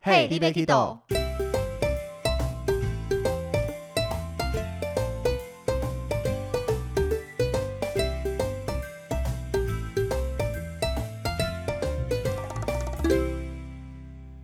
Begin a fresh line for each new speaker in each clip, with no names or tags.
嘿你要去倒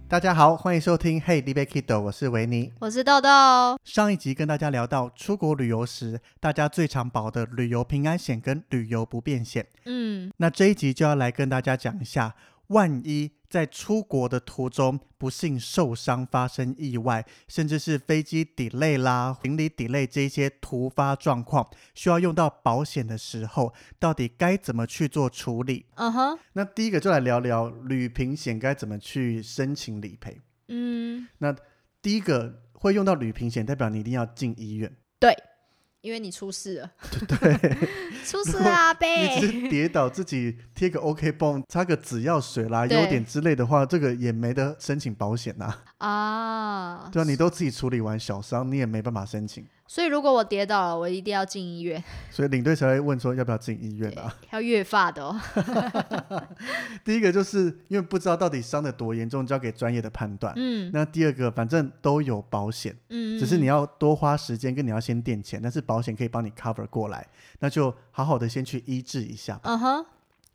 大家好，欢迎收听 Hey, d b a Kido，我是维尼。
我是豆豆。
上一集跟大家聊到出国旅游时，大家最常保的旅游平安险跟旅游不便险。
嗯，
那这一集就要来跟大家讲一下，万一在出国的途中不幸受伤、发生意外，甚至是飞机 delay 啦、行李 delay 这一些突发状况，需要用到保险的时候，到底该怎么去做处理？
嗯哼，
那第一个就来聊聊旅平险该怎么去申请理赔。
嗯，
第一个会用到旅平险，代表你一定要进医院。
因为你出事了，
对，
出事啊啦，
你只
贝。
是跌倒，自己贴个 OK 绷，擦个止药水啦、
对
优点之类的话，这个也没得申请保险呐、
啊，
对啊，你都自己处理完小伤，你也没办法申请。
所以如果我跌倒了，我一定要进医院，
所以领队才会问说要不要进医院
对
啊？
要越发的哦。
第一个就是因为不知道到底伤得多严重，交给专业的判断。
嗯
那第二个，反正都有保险，
嗯，
只是你
要
要多花时间，跟你要先垫钱，但是保险可以帮你 cover 过来，那就好好的先去医治一下吧。
嗯哼，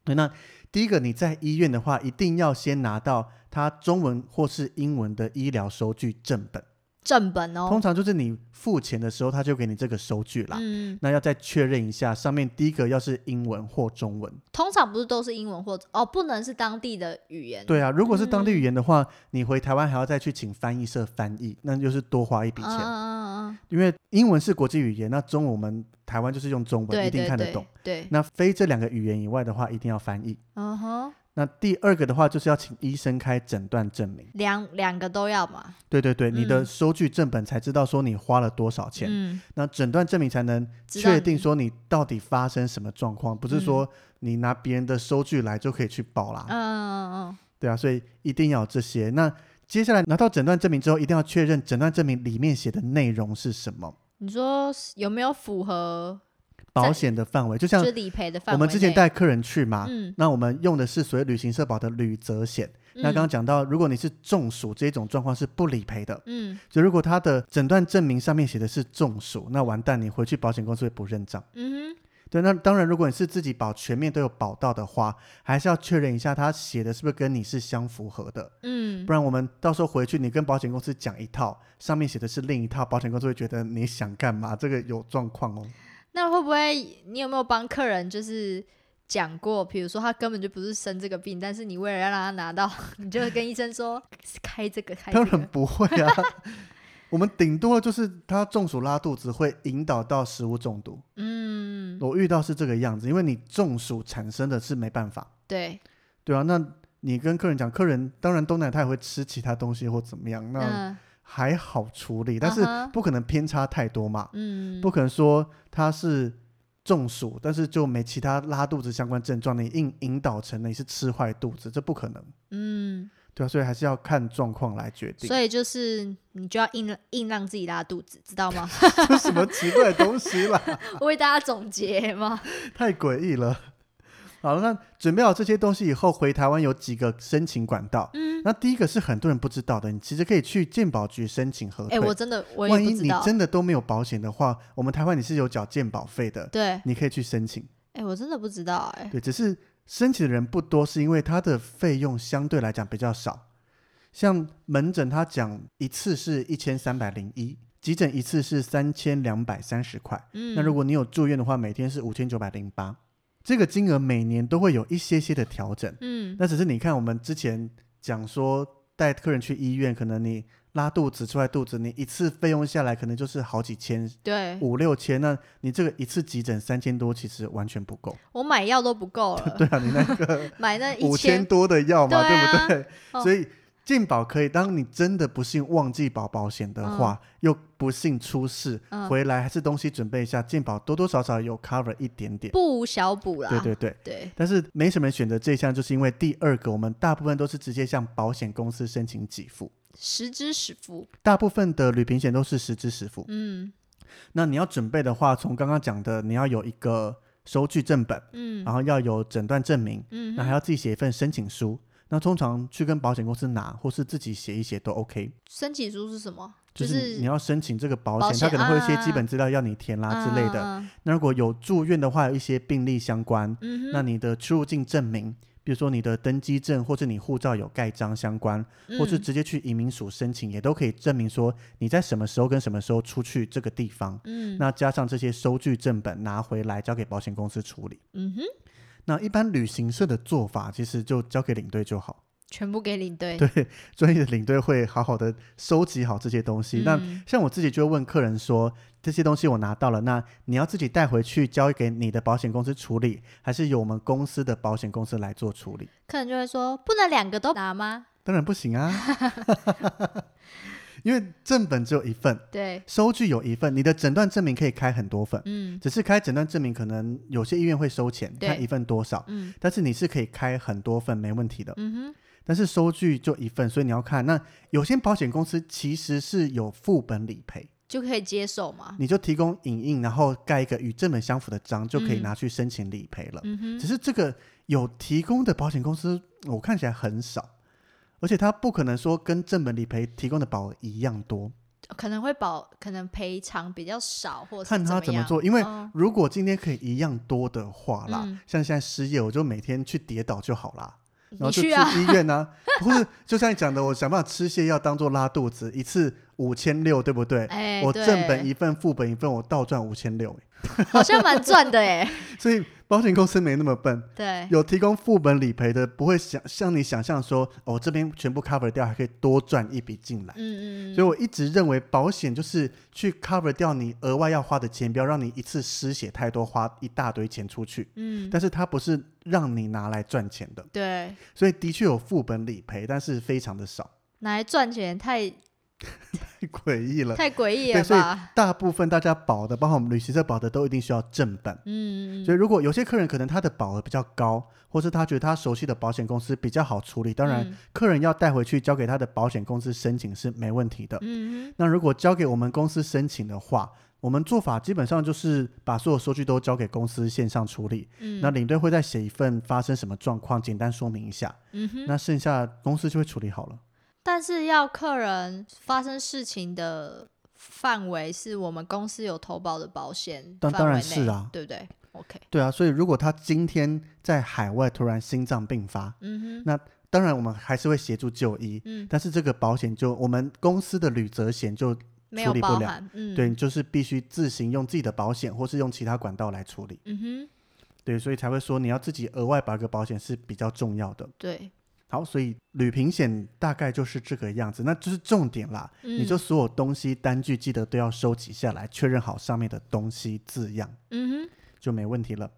对那第一个，你在医院的话，一定要先拿到它中文或是英文的医疗收据正本。
正本
通
哦。
常就是你付钱的时候，他就给你这个收据啦。
嗯，
那要再确认一下，上面第一个要是英文或中文。
通常不是都是英文或者哦，不能是当地的语言。
对啊，如果是当地语言的话，你回台湾还要再去请翻译社翻译，那就是多花一笔
嗯，
钱。
嗯嗯嗯嗯，
因为英文是国际语言，那中文我们台湾就是用中文，
嗯对
一定
对
看得
对
懂。
对，
那非这两个语言以外的话，一定要翻译。
嗯哼，
那第二个的话，就是要请医生开诊断证明。
两两个都要嘛。
对对对，你的
嗯
收据正本才知道说你花了多少钱，
嗯，
那诊断证明才能
知道
确
你
定说你到底发生什么状况，不是说你拿别人的收据来就可以去报啦。
嗯嗯嗯
对啊，所以一定要有这些。那接下来拿到诊断证明之后，一定要确认诊断证明里面写的内容是什么，
嗯，你说是有没有符合
保险的范围。就像
就是理赔的范围
我
内？
们之前带客人去嘛，
嗯，
那我们用的是所谓旅行社保的旅责险。那刚
嗯
刚讲到，如果你是中暑这种状况是不理赔的，
嗯
就如果他的诊断证明上面写的是中暑，那完蛋，你回去保险公司会不认账。
嗯哼，
对，那当然，如果你是自己保，全面都有保到的话，还是要确认一下他写的是不是跟你是相符合的，
嗯
不然我们到时候回去你跟保险公司讲一套，上面写的是另一套，保险公司会觉得你想干嘛，这个有状况哦。
那会不会你有没有帮客人就是讲过，比如说他根本就不是生这个病，但是你为了要让他拿到， 你就跟医生说开这个开这
当然
个，
不会啊， 我们顶多就是他中暑拉肚子会引导到食物中毒，
嗯，
我遇到是这个样子，因为你中暑产生的是没办法。
对，
对啊，那你跟客人讲，客人当然东奶他也会吃其他东西或怎么样，那
嗯
还好处理，但是
嗯哼
不可能偏差太多嘛，
嗯，
不可能说他是中暑，但是就没其他拉肚子相关症状，你硬引导成你是吃坏肚子，这不可能。
嗯，
对啊，所以还是要看状况来决定。
所以就是你就要硬硬让自己拉肚子，知道吗？
这什么奇怪的东西啦，
我为大家总结嘛，
太诡异了。好了，那准备好这些东西以后，回台湾有几个申请管道。
嗯，
那第一个是很多人不知道的，你其实可以去健保局申请核退。
哎、我真的我
万
也
一
不知
你
道，
真的都没有保险的话，我们台湾你是有缴健保费的，
对，
你可以去申请。
哎、我真的不知道、哎，
对，只是申请的人不多，是因为它的费用相对来讲比较少。像门诊，它讲一次是一千三百零一，急诊一次是三千两百三十块。
嗯，
那如果你有住院的话，每天是五千九百零八。这个金额每年都会有一些些的调整。
嗯
那只是你看，我们之前讲说带客人去医院，可能你拉肚子、出来肚子，你一次费用下来可能就是好几千、
对
五六千。那你这个一次急诊三千多，其实完全不够。
我买药都不够了，
对啊，你那个
买那一
五
千
千多的药嘛，
对啊
不对？
哦
所以健保可以，当你真的不幸忘记保保险的话，又不幸出事，
嗯
回来还是东西准备一下，健保多多少少有 cover 一点点。
不无小补啦。
对对对。
对啊
但是没什么人选择这一项，就是因为第二个，我们大部分都是直接向保险公司申请给付，
实支实付。
大部分的旅平险都是实支实付。
嗯
那你要准备的话，从刚刚讲的，你要有一个收据正本，
嗯
啊然后要有诊断证明，
嗯
那还要自己写一份申请书。那通常去跟保险公司拿，或是自己写一写都 OK。
申请书是什么？
就是你要申请这个保
保
险，它
险
可能会有一些
啊
基本资料要你填啦之类的。
嗯嗯
那如果有住院的话，有一些病例相关，
嗯哼
那你的出入境证明，比如说你的登机证或是你护照有盖章相关，
嗯
或是直接去移民署申请，也都可以证明说你在什么时候跟什么时候出去这个地方。
嗯
那加上这些收据正本拿回来交给保险公司处理。
嗯哼，
那一般旅行社的做法其实就交给领队就好，
全部给领队。
对，专业的领队会好好的收集好这些东西。那
嗯
像我自己就会问客人说，这些东西我拿到了，那你要自己带回去交给你的保险公司处理，还是由我们公司的保险公司来做处理？
客人就会说：“不能两个都拿吗
当然不行 啊，因为正本只有一份，？”
对，
收据有一份，你的诊断证明可以开很多份，
嗯
只是开诊断证明可能有些医院会收钱，
对
看一份多少，
嗯
但是你是可以开很多份没问题的。
嗯哼，
但是收据就一份，所以你要看那有些保险公司其实是有副本理赔，
就可以接受嘛。
你就提供影印，然后盖一个与正本相符的章，就可以
嗯
拿去申请理赔了。
嗯哼，
只是这个有提供的保险公司，我看起来很少，而且它不可能说跟正本理赔提供的保额一样多，
可能会保，可能赔偿比较少，或是
看他
怎
怎
么
么
样
做。因为
嗯
如果今天可以一样多的话啦，
嗯
像现在失业，我就每天去跌倒就好啦。然后
你
就去
去啊，
医院啊，或是就像你讲的，我想办法吃泻药当做拉肚子，一次五千六，对不对？
哎，
我
对
正本一份，副本一份，我倒赚五千六，欸
好像蛮赚的哎，
所以保险公司没那么笨，
对，
有提供副本理赔的，不会想像你想象说，哦，这边全部 cover 掉，还可以多赚一笔进来。
嗯嗯
所以
嗯，
我一直认为保险就是去 cover 掉你额外要花的钱，不要让你一次失血太多，花一大堆钱出去。
嗯，
但是它不是让你拿来赚钱的，
对，
所以的确有副本理赔，但是非常的少，
拿来赚钱太
太 诡异了。
太诡异
对
了
所以
吧？
大部分大家保的，包括我们旅行社保的，都一定需要正本。
嗯嗯
所以，如果有些客人可能他的保额比较高，或是他觉得他熟悉的保险公司比较好处理，当然
嗯
客人要带回去交给他的保险公司申请是没问题的。
嗯嗯
那如果交给我们公司申请的话，我们做法基本上就是把所有收据都交给公司线上处理，
嗯，
那领队会再写一份发生什么状况，简单说明一下，
嗯哼，
那剩下公司就会处理好了。
但是要客人发生事情的范围是我们公司有投保的保险
当
范
当
围
然是
内
啊
对不对？OK，
对啊，所以如果他今天在海外突然心脏病发，
嗯哼，
当然我们还是会协助就医，
嗯，
但是这个保险就我们公司的旅责险就
没
处
有
理不
包
了
含，嗯，
对，，就是必须自行用自己的保险，或是用其他管道来处理。
嗯哼，
对，所以才会说你要自己额外保一个保险是比较重要的。
对，
好，所以旅平险大概就是这个样子，那就是重点啦。
嗯
你就所有东西单据记得都要收集下来，确认好上面的东西字样
嗯哼，
就没问题了。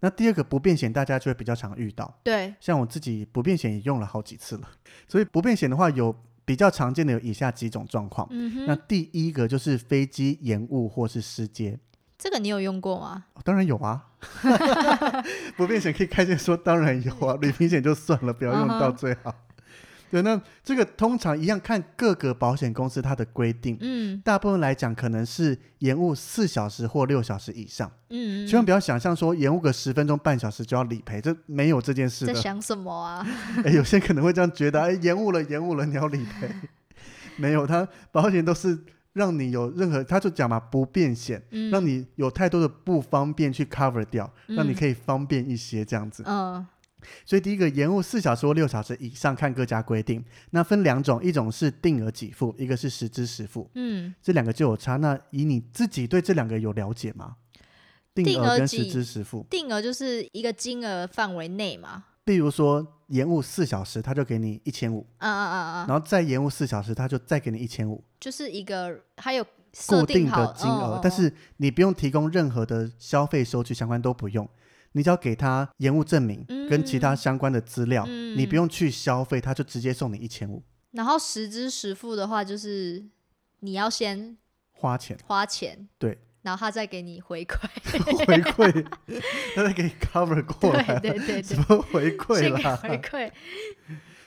那第二个不便险，大家就会比较常遇到，
对，
像我自己不便险也用了好几次了。所以不便险的话，有比较常见的有以下几种状况。
嗯
那
哼，
第一个就是飞机延误或是失接，
这个你有用过吗？
哦当然有 啊，不便险可以开线说当然有啊，旅行险就算了，不要用到
嗯哼
最好。对，那这个通常一样看各个保险公司它的规定，
嗯
大部分来讲可能是延误四小时或六小时以上，
嗯，
千万
不
不要想象说延误个十分钟、半小时就要理赔，这没有这件事
在
的。
想什么啊？
哎，有些可能会这样觉得，哎，延误了，延误了，你要理赔，没有，它保险都是让你有任何，他就讲嘛，不便险。
嗯，
让你有太多的不方便去 cover 掉，让你
嗯
可以方便一些这样子。
嗯
所以第一个延误四小时或六小时以上，看各家规定。那分两种，一种是定额给付，一个是实支实付，
嗯，
这两个就有差。那以你自己对这两个有了解吗？定
定
额
额
跟
给
实支实付，
定额就是一个金额范围内嘛，
比如说延误四小时，他就给你一千五，
嗯嗯嗯嗯，
然后再延误四小时，他就再给你一千五，
就是一个还有设
固定
好
的金额
嗯嗯，
但
嗯
是你不用提供任何的消费收据相关都不用，你只要给他延误证明跟其他
嗯
相关的资料，你不
嗯
用去消费，他就直接送你一千五，
然后实支实付的话，就是你要先
花钱
花钱，
对，
然后他再给你 回馈，
回馈，他再给你 cover 过来
对
了，
对对
什
对，
么回馈
先给回
啊啦？
馈，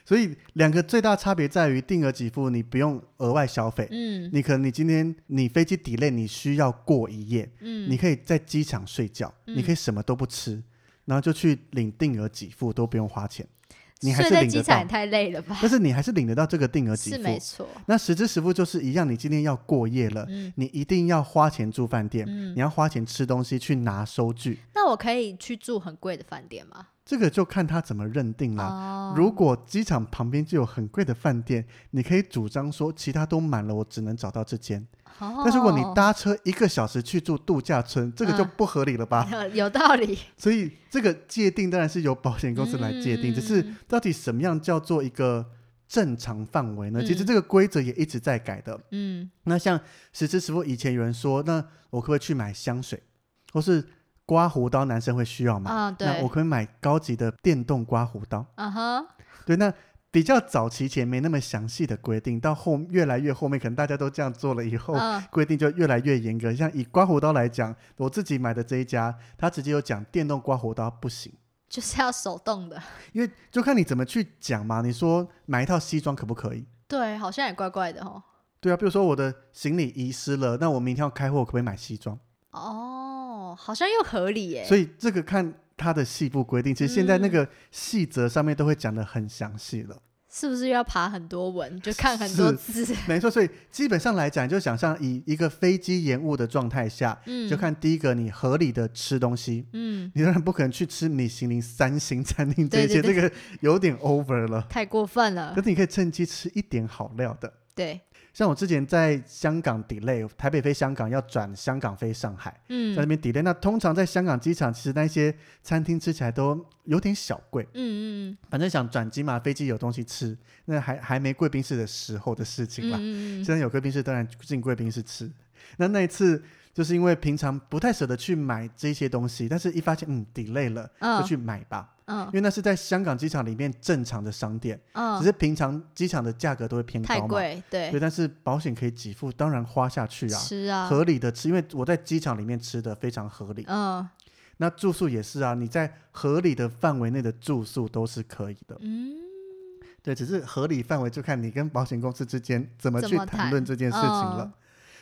所以两个最大差别在于定额给付，你不用额外消费。
嗯
你可能你今天你飞机 delay，你需要过一夜，
嗯，
你可以在机场睡觉，你可以什么都不吃，然后就去领定额给付，都不用花钱。 你还
睡
是
在
领
机
得
场
到
也，太累了吧？
但是你还是领得到这个定额给
是没
付。
错，
那实支实付就是一样，你今天要过夜了，
嗯
你一定要花钱住饭店，
嗯。
你要花钱吃东西去拿收据，
那我可以去住很贵的饭店吗？
这个就看他怎么认定啦。
哦，
如果机场旁边就有很贵的饭店，你可以主张说其他都满了，我只能找到这间。
哦
但是如果你搭车一个小时去住度假村，这个就
嗯
不合理了 吧？
有有道理，
所以这个界定当然是由保险公司来界定，
嗯
只是到底什么样叫做一个正常范围呢？
嗯
其实这个规则也一直在改的。
嗯
那像实支实付，以前有人说，那我可不可以去买香水，或是刮胡刀？男生会需要嘛？
啊，
嗯那我
对
可，不可以买高级的电动刮胡刀。
嗯哼，
对，那比较早期前没那么详细的规定，到后越来越后面，可能大家都这样做了以后，
嗯
规定就越来越严格。像以刮胡刀来讲，我自己买的这一家，它直接有讲电动刮胡刀不行，
就是要手动的，
因为就看你怎么去讲嘛。你说买一套西装可不可以？
对，好像也怪怪的哦。
对啊，比如说我的行李遗失了，那我明天要开会，我可不可以买西装？
哦，好像又合理耶。
所以这个看它的细部规定，其实现在那个细则上面都会讲得很详细了。
是不是又要爬很多文，就看很多字？
没错，所以基本上来讲，就想象以一个飞机延误的状态下，
嗯，
就看第一个你合理的吃东西，
嗯，
你当然不可能去吃米其林三星餐厅这
对
些，
对对呃
这个有点 over 了。
太过分了
可。是你可以趁机吃一点好料的，
对，
像我之前在香港 delay，台北飞香港要转香港飞上海，在那
嗯
边 delay，、那通常在香港机场，其实那些餐厅吃起来都有点小贵
嗯，嗯
反正想转机嘛，飞机有东西吃，那还还没贵宾室的时候的事情
嗯
啦。
嗯嗯，
现在有贵宾室，当然进贵宾室吃。那那一次就是因为平常不太舍得去买这些东西，但是一发现嗯 delay 了，
嗯
就去买吧。因
嗯
为那是在香港机场里面正常的商店，只
嗯，
是平常机场的价格都会偏
太
高嘛。
贵，对
对，，但是保险可以给付，当然花下去啊，
吃啊，
合理的吃。因为我在机场里面吃的非常合理，
嗯
那住宿也是啊，你在合理的范围内的住宿都是可以的。
嗯，
对，只是合理范围就看你跟保险公司之间怎么
怎
去
么
谈
谈
论这件事情了。
嗯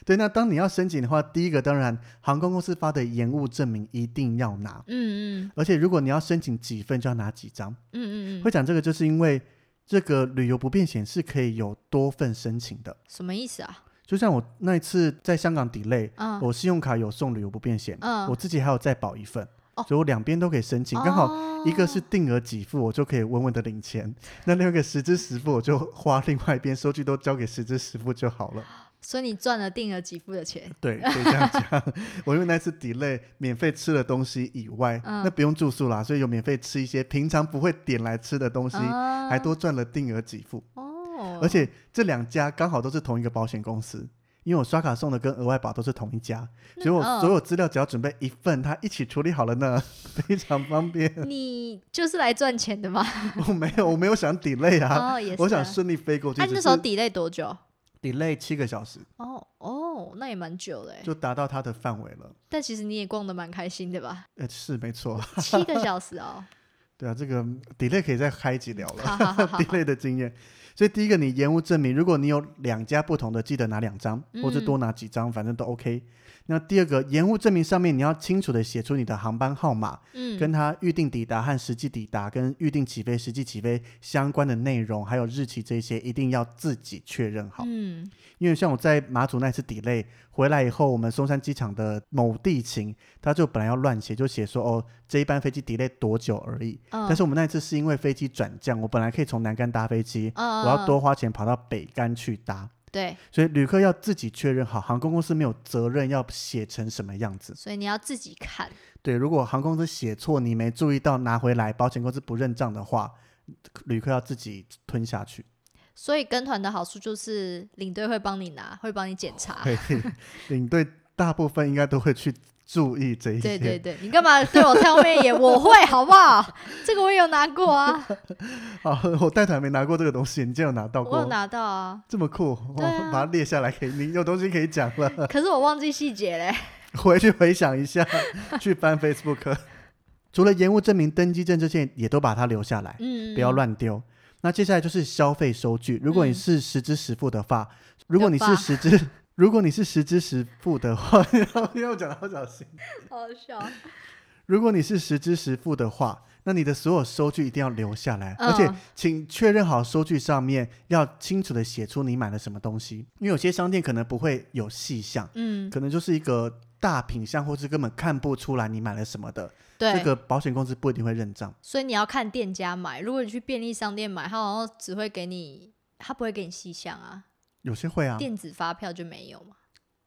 对，那当你要申请的话，第一个当然航空公司发的延误证明一定要拿，
嗯嗯
而且如果你要申请几份，就要拿几张。
嗯嗯嗯，
会讲这个，就是因为这个旅游不便险是可以有多份申请的。
什么意思啊？
就像我那一次在香港 delay，、
嗯
我信用卡有送旅游不便险，
嗯
我自己还有再保一份，
哦
所以我两边都可以申请，刚好。一个是定额给付，我就可以稳稳的领钱；那另外一个实支实付，我就花另外一边收据都交给实支实付就好了。
所以你赚了定额给付的钱，
对，可以这样讲。 我因为那次 delay 免费吃了东西以外，
嗯
那不用住宿啦，所以有免费吃一些平常不会点来吃的东西，还多赚了定额给付。
哦，
而且这两家刚好都是同一个保险公司。因为我刷卡送的跟额外保都是同一家，
那
所以我
嗯
所有资料只要准备一份，它一起处理好了呢， 非常方 便。
你就是来赚钱的吗？
我没有，我没有想 delay 啊，
哦，也是啊。
我想顺利飞过去。
哎，
只
那
是
时候 delay 多久？
delay 七个小时
哦哦，那也蛮久的欸。
就达到它的范围了。
但其实你也逛的蛮开心的吧？
呃，是没错，
七个小时哦，
对啊，这个 delay 可以再开几聊了
好好 好好
delay 的经验。所以第一个，你延误证明，如果你有两家不同的，记得拿两张，或者
嗯
多拿几张，反正都 OK。那第二个，延误证明上面你要清楚的写出你的航班号码，
嗯，
跟它预定抵达和实际抵达、跟预定起飞、实际起飞相关的内容，还有日期这些，一定要自己确认好。
嗯
因为像我在马祖那次 delay 回来以后，我们松山机场的某地勤，他就本来要乱写，就写说哦这一班飞机 delay 多久而已。
嗯，
但是我们那一次是因为飞机转降，我本来可以从南竿搭飞机，
嗯
我要多花钱跑到北竿去搭，
对，
所以旅客要自己确认好，航空公司没有责任要写成什么样子。
所以你要自己看，
对，如果航空公司写错，你没注意到拿回来，保险公司不认账的话，旅客要自己吞下去。
所以跟团的好处就是领队会帮你拿，会帮你检查。
对，领队大部分应该都会去注意这一些。
对对对，你干嘛对我挑眉眼？我会好 不好？这个我也有拿过啊，
啊， 我带团没拿过这个东西，你竟然有拿到
我
过？
有拿到啊，
这么酷，我
对啊
把它列下来给你，有东西可以讲了，
可是我忘记细节嘞。
回去回想一 下，去翻 Facebook。除了延误证明、登机证这些，也都把它留下来，
嗯，
不要。乱丢。那接下来就是消费收据，如果你
嗯
是实支实付的话，如果
的
你是
话
实支，如果你是实支实付的话， 要要讲的好小心。
好笑。
如果你是实支实付的话，那你的所有收据一定要留下来，
嗯
而且请确认好收据上面要清楚的写出你买了什么东西，因为有些商店可能不会有细项，
嗯，
可能就是一个大品项，或是根本看不出来你买了什么的，
对，
这个保险公司不一定会认账。
所以你要看店家买。如果你去便利商店买，他好像只会给你，他不会给你细项啊，
有些会啊，
电子发票就没有嘛。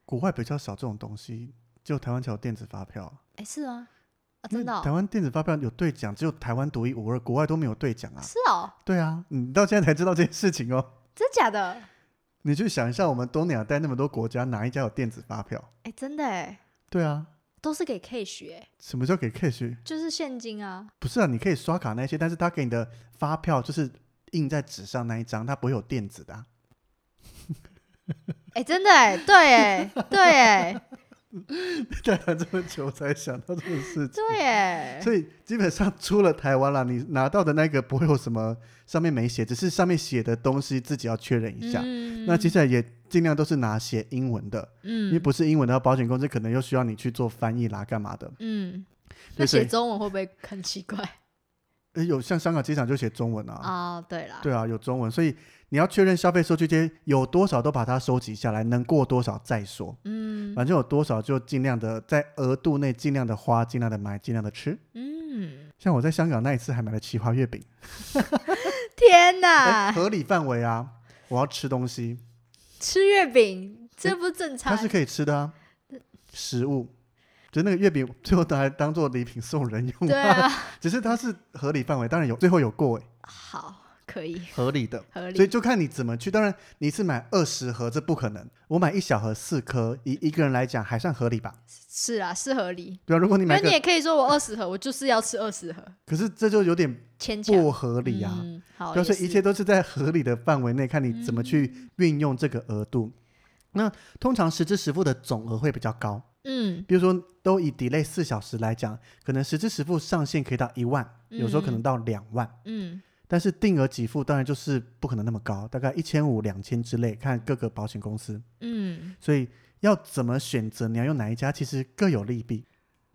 国外比较少这种东西，只有台湾才有电子发票。
哎、是吗？啊，
因为
真的哦、
台湾电子发票有兑奖，只有台湾独一无二，国外都没有兑奖啊。
是哦，
对啊，你到现在才知道这件事情哦。
真假的？
你去想一下，我们东南亚带那么多国家，哪一家有电子发票？
哎、真的哎，
对啊，
都是给 cash 哎，
什么叫给 cash？
就是现金啊。
不是啊，你可以刷卡那些，但是他给你的发票就是印在纸上那一张，它不会有电子的啊、
哎、真的哎，对哎，对哎，
带了啊这么久才想到这个事情，
对哎，
所以基本上出了台湾啦，你拿到的那个不会有什么上面没写，只是上面写的东西自己要确认一下。
嗯
那接下来也尽量都是拿写英文的，因为
嗯
不是英文的话，保险公司可能又需要你去做翻译啦，干嘛的？
嗯，那
所以
写中文会不会很奇怪
呃有像香港机场就写中文啊，
啊、对啦，
对啊，有中文，所以你要确认消费收据这些有多少都把它收集下来，能过多少再说，
嗯
反正有多少就尽量的在额度内尽量的花，尽量的买，尽量的吃。
嗯，
像我在香港那一次还买了奇花月饼，
天
哎
哪，
合理范围啊，我要吃东西，
吃月饼这不正
它
常？
是可以吃的啊，
嗯
食物。就那个月饼最后拿来当做礼品送人用、
对啊，
只是它是合理范围，当然有最后有过哎、
好，可以，
合理的，
合
所以
理。
就看你怎么去。当然，你是买二十盒，这不可能。我买一小盒四颗，以一个人来讲还算合理吧？
是啊，是合理。
对啊，如果你
因为
买
你
个，
也可以说我二十盒，我就是要吃二十盒，
可是这就有点
牵强。
不合理啊。
嗯、好，嗯
对啊，
也
所以一切都是在合理的范围内，看你怎么去运用这个额度。那通常实支实付的总额会比较高，
嗯
比如说都以 delay 四小时来讲，可能实支实付上限可以到一万，有时候可能到两万。
嗯
但是定额给付当然就是不可能那么高，大概一千五、两千之类，看各个保险公司。
嗯，
所以要怎么选择，你要用哪一家，其实各有利弊。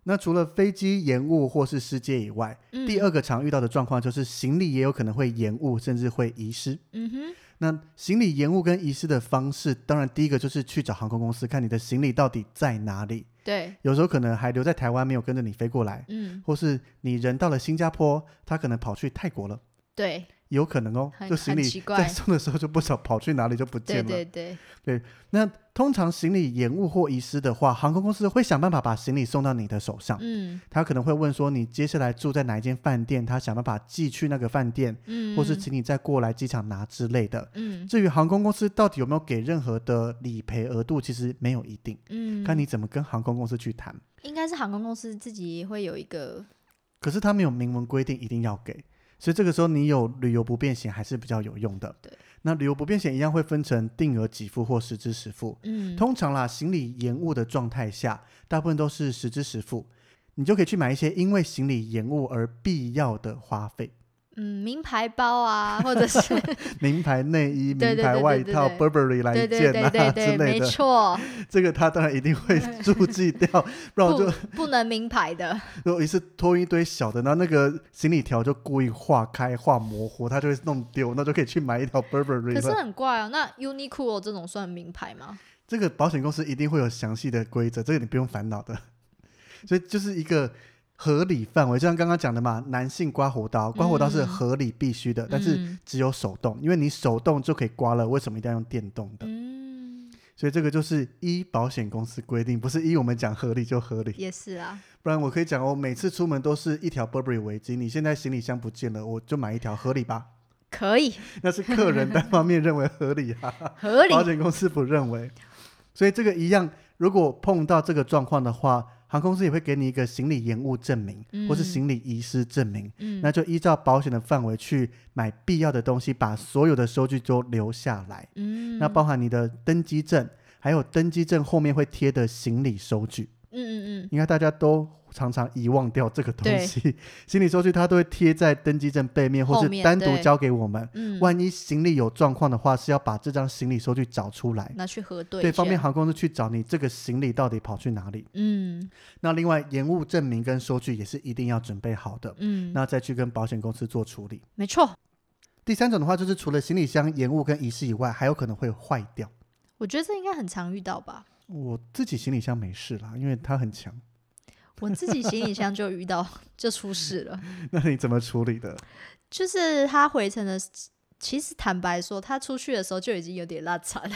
那除了飞机延误或是失窃以外，
嗯
第，二个常遇到的状况就是行李也有可能会延误，甚至会遗失。
嗯哼，
那行李延误跟遗失的方式，当然第一个就是去找航空公司，看你的行李到底在哪里。
对，
有时候可能还留在台湾，没有跟着你飞过来，
嗯
或是你人到了新加坡，他可能跑去泰国了。
对，
有可能哦，
很
就行
很
李
奇怪
在送的时候就不知道跑去哪里就不见了。
对对对，
那通常行李延误或遗失的话，航空公司会想办法把行李送到你的手上。
嗯
他可能会问说你接下来住在哪一间饭店，他想办法寄去那个饭店，
嗯，
或是请你再过来机场拿之类的。
嗯
至于航空公司到底有没有给任何的理赔额度，其实没有一定，
嗯，
看你怎么跟航空公司去谈。
应该是航空公司自己会有一个，
可是他没有明文规定一定要给，所以这个时候你有旅游不便险还是比较有用的。
对，
那旅游不便险一样会分成定额给付或实支实付。
嗯
通常啦，行李延误的状态下，大部分都是实支实付，你就可以去买一些因为行李延误而必要的花 费，
嗯，名牌包 啊，或者是
名牌内衣、
对
名
对
牌
对
外
对对
套、
对
Burberry 来
对
一
对
件
对
啊
对
之
对，
类
没
的，
错，
这个他当然一定会注记 掉，不然我哦就
不不能名牌 的，
如果一次拖一堆小的，然后那个行李条就故意化开、化模糊，他就会弄丢，那就可以去买一条 Burberry
可是
了。
很怪哦。那 Uniqlo 这种算名牌吗？
这个保险公司一定会有详细的规则，这个你不用烦恼的。所以就是一个合理范围，就像刚刚讲的嘛，男性刮胡刀，刮胡刀是合理必须的，但是
嗯
只有手动，因为你手动就可以刮了，为什么一定要用电动的？
嗯，
所以这个就是依保险公司规定，不是依我们讲合理就合理。
也是啊，
不然我可以讲，我每次出门都是一条 Burberry 围巾，你现在行李箱不见了，我就买一条，合理吧？
可以，
那是客人单方面认为合理啊。
合理
保，险公司不认为，所以这个一样，如果碰到这个状况的话，航空公司也会给你一个行李延误证明，
嗯
或是行李遗失证明，
嗯，
那就依照保险的范围去买必要的东西，把所有的收据都留下来，
嗯，
那包含你的登机证，还有登机证后面会贴的行李收据，
嗯嗯嗯，
应该大家都常常遗忘掉这个东西， 行李收据它都会贴在登机证背面，或
后
是
面
单独
对
交给我们。
嗯，
万一行李有状况的话，是要把这张行李收据找出来，
拿去核嗯对
对
一下
方便航空公司去找你这个行李到底跑去哪里。
嗯
那另外延误证明跟收据也是一定要准备好的，
嗯，
那再去跟保险公司做处理。
没错，
第三种的话，就是除了行李箱延误跟遗失以外，还有可能会坏掉。
我觉得这应该很常遇到吧。
我自己行李箱没事啦，因为它很强。
我自己行李箱就遇到 就出事了，
那你怎么处理的？
就是他回程的时，其实坦白说，他出去的时候就已经有点拉惨了，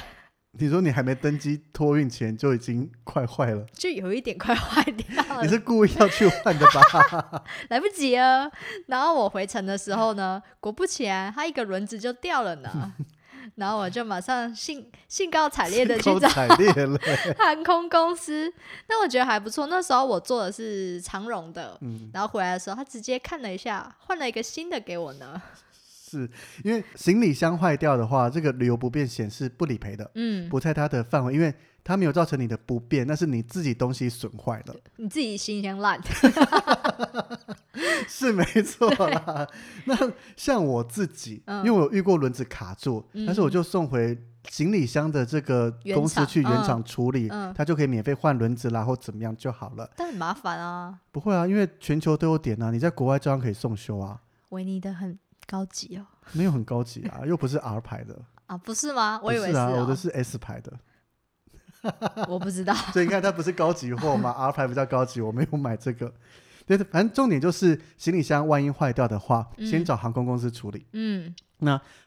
你说你还没登机托运前就已经快坏 了，
就有一点快坏掉 了
你。是故意要去换的 吧？
来不及了。然后我回程的时候呢，果不其然，它一个轮子就掉了 呢。然后我就马上兴兴高采烈的去
兴高
找
采烈了，
航空公司。那我觉得还不错，那时候我坐的是长荣的，
嗯，
然后回来的时候，他直接看了一下，换了一个新的给我呢。
是因为行李箱坏掉的话，这个旅游不便险是不理赔的，
嗯，
不在它的范围，因为它没有造成你的不便，那是你自己东西损坏 了，
你自己心想烂，
是没错 啦。那像我自己，
嗯
因为我有遇过轮子卡住，
嗯
但是我就送回行李箱的这个公司
原厂
去原
嗯
厂处理，
嗯
它就可以免费换轮子啦，或怎么样就好了。
但很麻烦啊。
不会啊，因为全球都有点啊，你在国外照样可以送修啊，
维尼的很高级哦。
没有很高级啊， 又不是 R 牌的，
啊，不是吗？我以为
不是啊，
哦
我的是 S 牌的，
我不知道。
所以你看它不是高级货嘛 ，R 牌比较高级，我没有买这个。对，反正重点就是行李箱万一坏掉的话，
嗯
先找航空公司处理，
嗯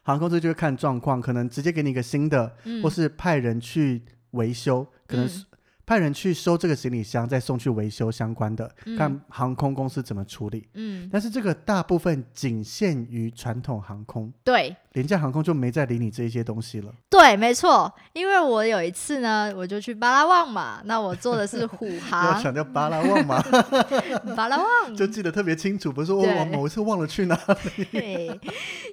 航空公司就会看状况，可能直接给你一个新的，
嗯，
或是派人去维修，可能
嗯
是派人去收这个行李箱，再送去维修相关的，
嗯
看航空公司怎么处理。
嗯，
但是这个大部分仅限于传统航空，
对，
廉价航空就没再理你这一些东西了。
对，没错，因为我有一次呢，我就去巴拉望嘛，那我坐的是虎
要
航，
强调巴拉望 嘛，
巴拉望，
就记得特别清楚，不是说我
对
我某一次忘了去哪。
对，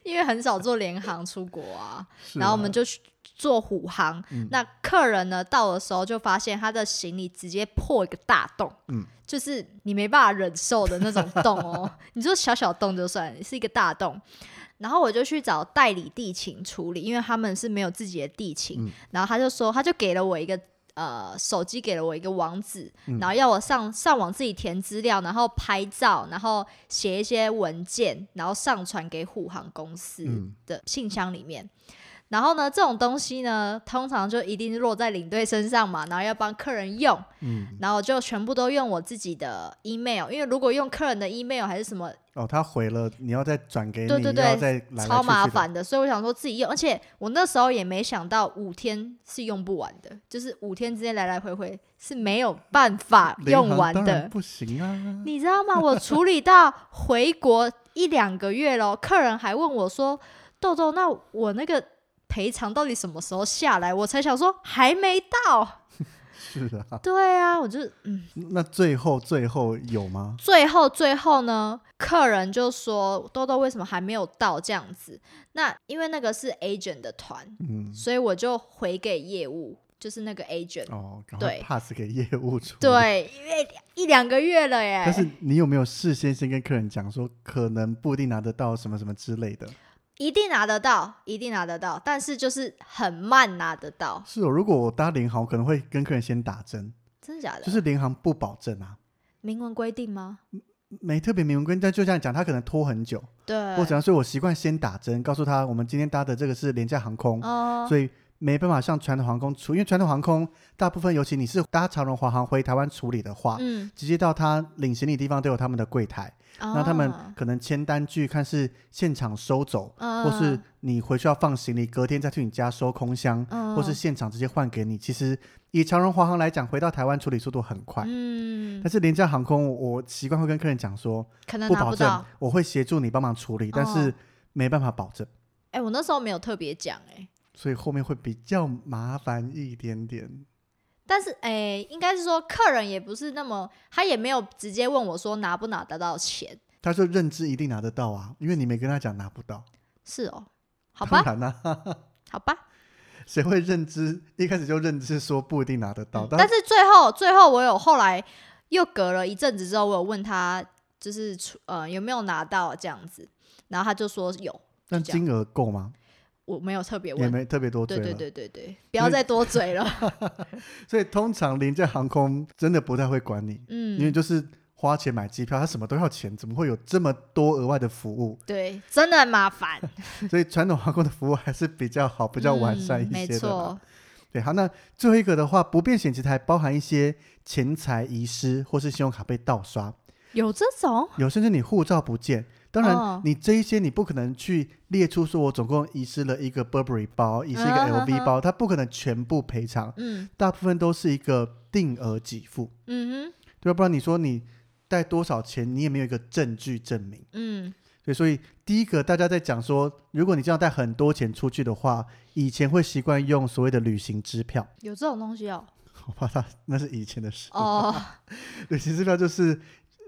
因为很少坐联航出国啊，
是
然后我
啊
们就去坐虎航，
嗯
那客人呢到的时候就发现他的行李直接破一个大洞，
嗯
就是你没办法忍受的那种洞 哦，你说小小洞就算了，是一个大洞。然后我就去找代理地勤处理，因为他们是没有自己的地勤。
嗯
然后他就说，他就给了我一个呃手机，给了我一个网址，
嗯
然后要我上上网自己填资料，然后拍照，然后写一些文件，然后上传给虎航公司
嗯
的信箱里面。然后呢，这种东西呢，通常就一定是落在领队身上嘛，然后要帮客人用。
嗯
然后就全部都用我自己的 email，因为如果用客人的 email 还是什么，
哦，他回了，你要再转给你，
对对对
又要再来来
超
去去
麻
的。
烦的，所以我想说自己用，而且我那时候也没想到五天是用不完的，就是五天之内来来回回是没有办法
联
用
航
完
当然
的，
不行 啊，
你知道吗？我处理到回国一两个月咯，客人还问我说：“豆豆，那我那个赔偿到底什么时候下来？”我才想说还没到。
是啊。
对啊，我就嗯，
那最后最后有吗？
最后最后呢，客人就说豆豆为什么还没有到这样子？那因为那个是 agent 的团，
嗯，
所以我就回给业务，就是那个 agent。
哦，赶快
对
pass 给业务处理。
对，因为一两个月了耶。
但是你有没有事先先跟客人讲说，可能不一定拿得到什么什么之类的？
一定拿得到，一定拿得到，但是就是很慢拿得到，
是哦，如果我搭联航，我可能会跟客人先打针，
真的假的？
就是联航不保证啊，
明文规定吗？
没特别明文规定，但就像你讲，他可能拖很久
对，
或怎样，所以我习惯先打针，告诉他我们今天搭的这个是廉价航空，
哦，
所以没办法像传统航空处，因为传统航空大部分，尤其你是搭长荣、华航回台湾处理的话。
嗯，
直接到他领行李地方都有他们的柜台，那他们
哦
可能签单据看是现场收走，或是
嗯
你回去要放行李，隔天再去你家收空箱，
嗯
或是现场直接换给你。其实以长荣、华航来讲，回到台湾处理速度很快，
嗯，
但是廉价航空我我习惯会跟客人讲说，
可能
不
拿
保
不
证
到。，
我会协助你帮忙处理，但是
哦
没办法保证，
哎、我那时候没有特别讲哎、
所以后面会比较麻烦一点点。
但是哎、应该是说客人也不是那么，他也没有直接问我说拿不拿得到钱，
他说认知一定拿得到啊，因为你没跟他讲拿不到，
是哦，好
当
吧，
然啦、
好吧。
谁
嗯
会认知一开始就认知说不一定拿得到？
嗯但是最后最后我有后来又隔了一阵子之后，我有问他，就是出呃有没有拿到这样子，然后他就说有，
但
这样
金额够吗？
我没有特别
也
问。
没特别多追
对
了。
对对对对，不要再多嘴 了。
所以通常廉价航空真的不太会管你，因为
嗯，
就是花钱买机票，它什么都要钱，怎么会有这么多额外的服务？
对，真的很麻烦，
所以传统航空的服务还是比较好、 比较完善
嗯没
一些的啦。
错，
对，好，那最后一个的话，不便险其实还包含一些钱财遗失或是信用卡被盗刷，
有这种
有甚至你护照不见。当然
哦，
你这一些你不可能去列出说，我总共遗失了一个 Burberry 包，遗失一个
啊哈哈
LV 包，它不可能全部赔偿，
嗯
大部分都是一个定额给付。
嗯哼
对吧？不然你说你带多少钱，你也没有一个证据证明。
嗯，
对，所以第一个大家在讲说，如果你这样带很多钱出去的话，以前会习惯用所谓的旅行支票。
有这种东 西哦。
我怕他那是以前的事。
哦，
旅行支票就是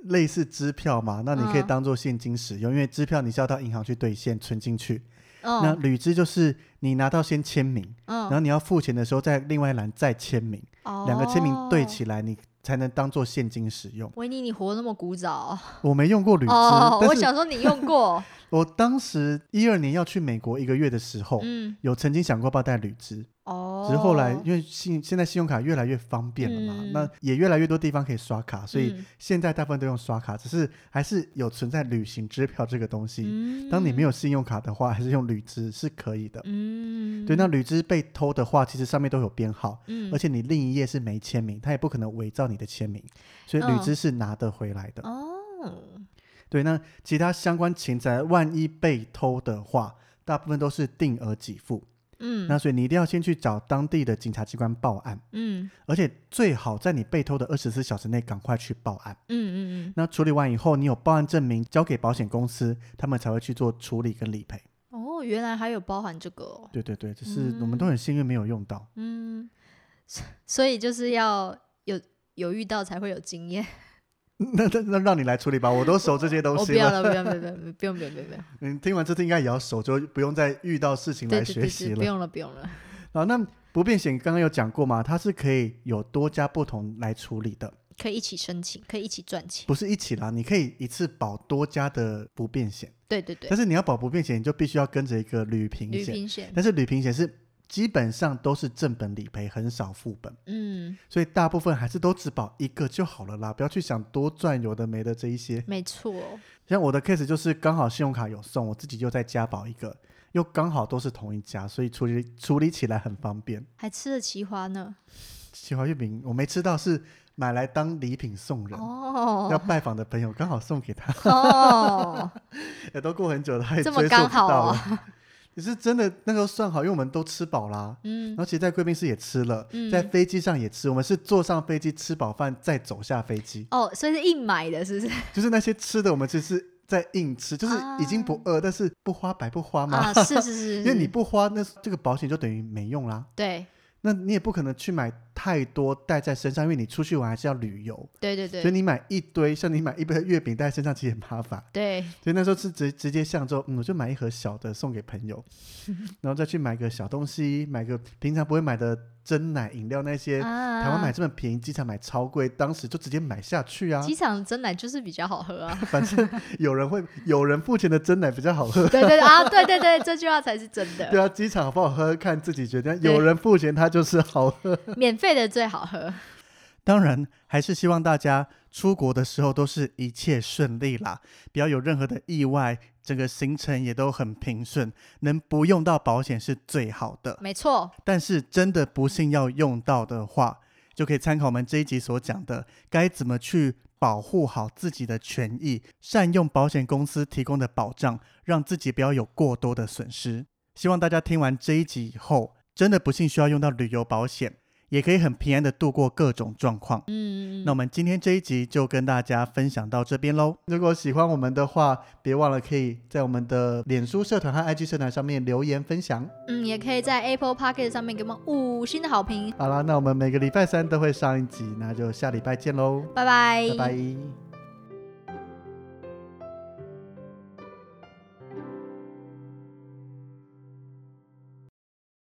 类似支票嘛，那你可以
嗯
当做现金使用，因为支票你是要到银行去兑现存进去。那
嗯
旅支就是你拿到先签名，然
嗯，
后你要付钱的时候在另外一栏再签名，两个签名对起来，你才能当做现金使用
哦。。维尼，你活那么古早
我没用过旅支，
哦？
但
我
是
想说你用 过，
我当时一二年要去美国一个月的时候，
嗯，
有曾经想过要不要带旅资，
哦，
只是后来因为信现在信用卡越来越方便了嘛，
嗯
那也越来越多地方可以刷卡，所以
嗯
现在大部分都用刷卡，只是还是有存在旅行支票这个东西。
嗯
当你没有信用卡的话，还是用旅资是可以的。
嗯，
对，那旅资被偷的话，其实上面都有编号，
嗯
而且你另一页是没签名，他也不可能伪造你的签名，所以旅
嗯
资是拿得回来的。
哦，
对，那其他相关钱财万一被偷的话，大部分都是定额给付。
嗯
那所以你一定要先去找当地的警察机关报案，
嗯
而且最好在你被偷的二十四小时内赶快去报案。
嗯嗯嗯，
那处理完以后，你有报案证明交给保险公司，他们才会去做处理跟理赔。
哦，原来还有包含这个哦，
对对对，只是我们都很幸运没有用到。
嗯，所所以就是要有有遇到才会有经验。
那那那让你来处理吧，我都熟这些东
我不
西
要
了。
了，不 要，不要，不要，不用，不用，不用，不用，
你听完这次应该也要熟，就不用再遇到事情
对
来
对
学
对
习
对，
了
不。用了，不用了。
好，那不便险刚刚有讲过嘛，它是可以有多家不同来处理的，
可以一起申请，可以一起赚钱。
不是一起啦，你可以一次保多家的不便险，
对对对
但，是你要保不便险，你就必须要跟着一个旅平
旅
险，
行险，
但是旅平险是。基本上都是正本理赔，很少副本，
嗯，
所以大部分还是都只保一个就好了啦，不要去想多赚有的没的这一些。
没错。
像我的 case 就是刚好信用卡有送，我自己又再加保一个，又刚好都是同一家，所以处理处理起来很方便。
还吃了奇花呢。
奇华月饼我没吃到，是买来当礼品送人。 要
哦
拜访的朋友刚好送给他，
哦，
也都过很久了，他也
这
追
么
溯不
刚好
到
哦
了。只是真的那时候算好，因为我们都吃饱啦，然
嗯
后其实，在贵宾室也吃了，
嗯
在飞机上也吃。我们是坐上飞机吃饱饭，再走下飞机，
哦，所以是硬买的，是不是？
就是那些吃的，我们其实是在硬吃，就是已经不饿，但是不花白不花嘛。
啊，是是是，
因为你
是
不花，那这个保险就等于没用啦。
对
那你也不可能去买太多带在身上，因为你出去玩还是要旅游。
对对
所以
对
你买一堆，像你买一杯月饼带在身上，其实也麻烦。
对，
所以那时候是直直接向周，嗯，我就买一盒小的送给朋 友，然后再去买个小东西，买个平常不会买的真奶、饮料那些。
台
台湾买这么便宜，机场买超贵，当时就直接买下去啊。
机场真奶就是比较好喝啊。
反正有人会有人付钱的真奶比较好喝，
对对对啊，对对对，这句话才是真的
对。啊，机场好不好喝看自己决定。
对
有人付钱，它就是好喝。
免费的最好喝。
当然，还是希望大家出国的时候都是一切顺利啦，不要有任何的意外，整个行程也都很平顺，能不用到保险是最好的。
没错，
但是真的不幸要用到的话，就可以参考我们这一集所讲的，该怎么去保护好自己的权益，善用保险公司提供的保障，让自己不要有过多的损失。希望大家听完这一集以后，真的不幸需要用到旅游保险，也可以很平安的度过各种状况。
嗯，
那我们今天这一集就跟大家分享到这边喽。如果喜欢我们的话，别忘了可以在我们的脸书社团和 IG 社团上面留言分享。
嗯，也可以在 Apple p o c k e t 上面给我们五星的好评，
好啦，那我们每个礼拜三都会上一集，那就下礼拜见喽，
拜拜，
拜拜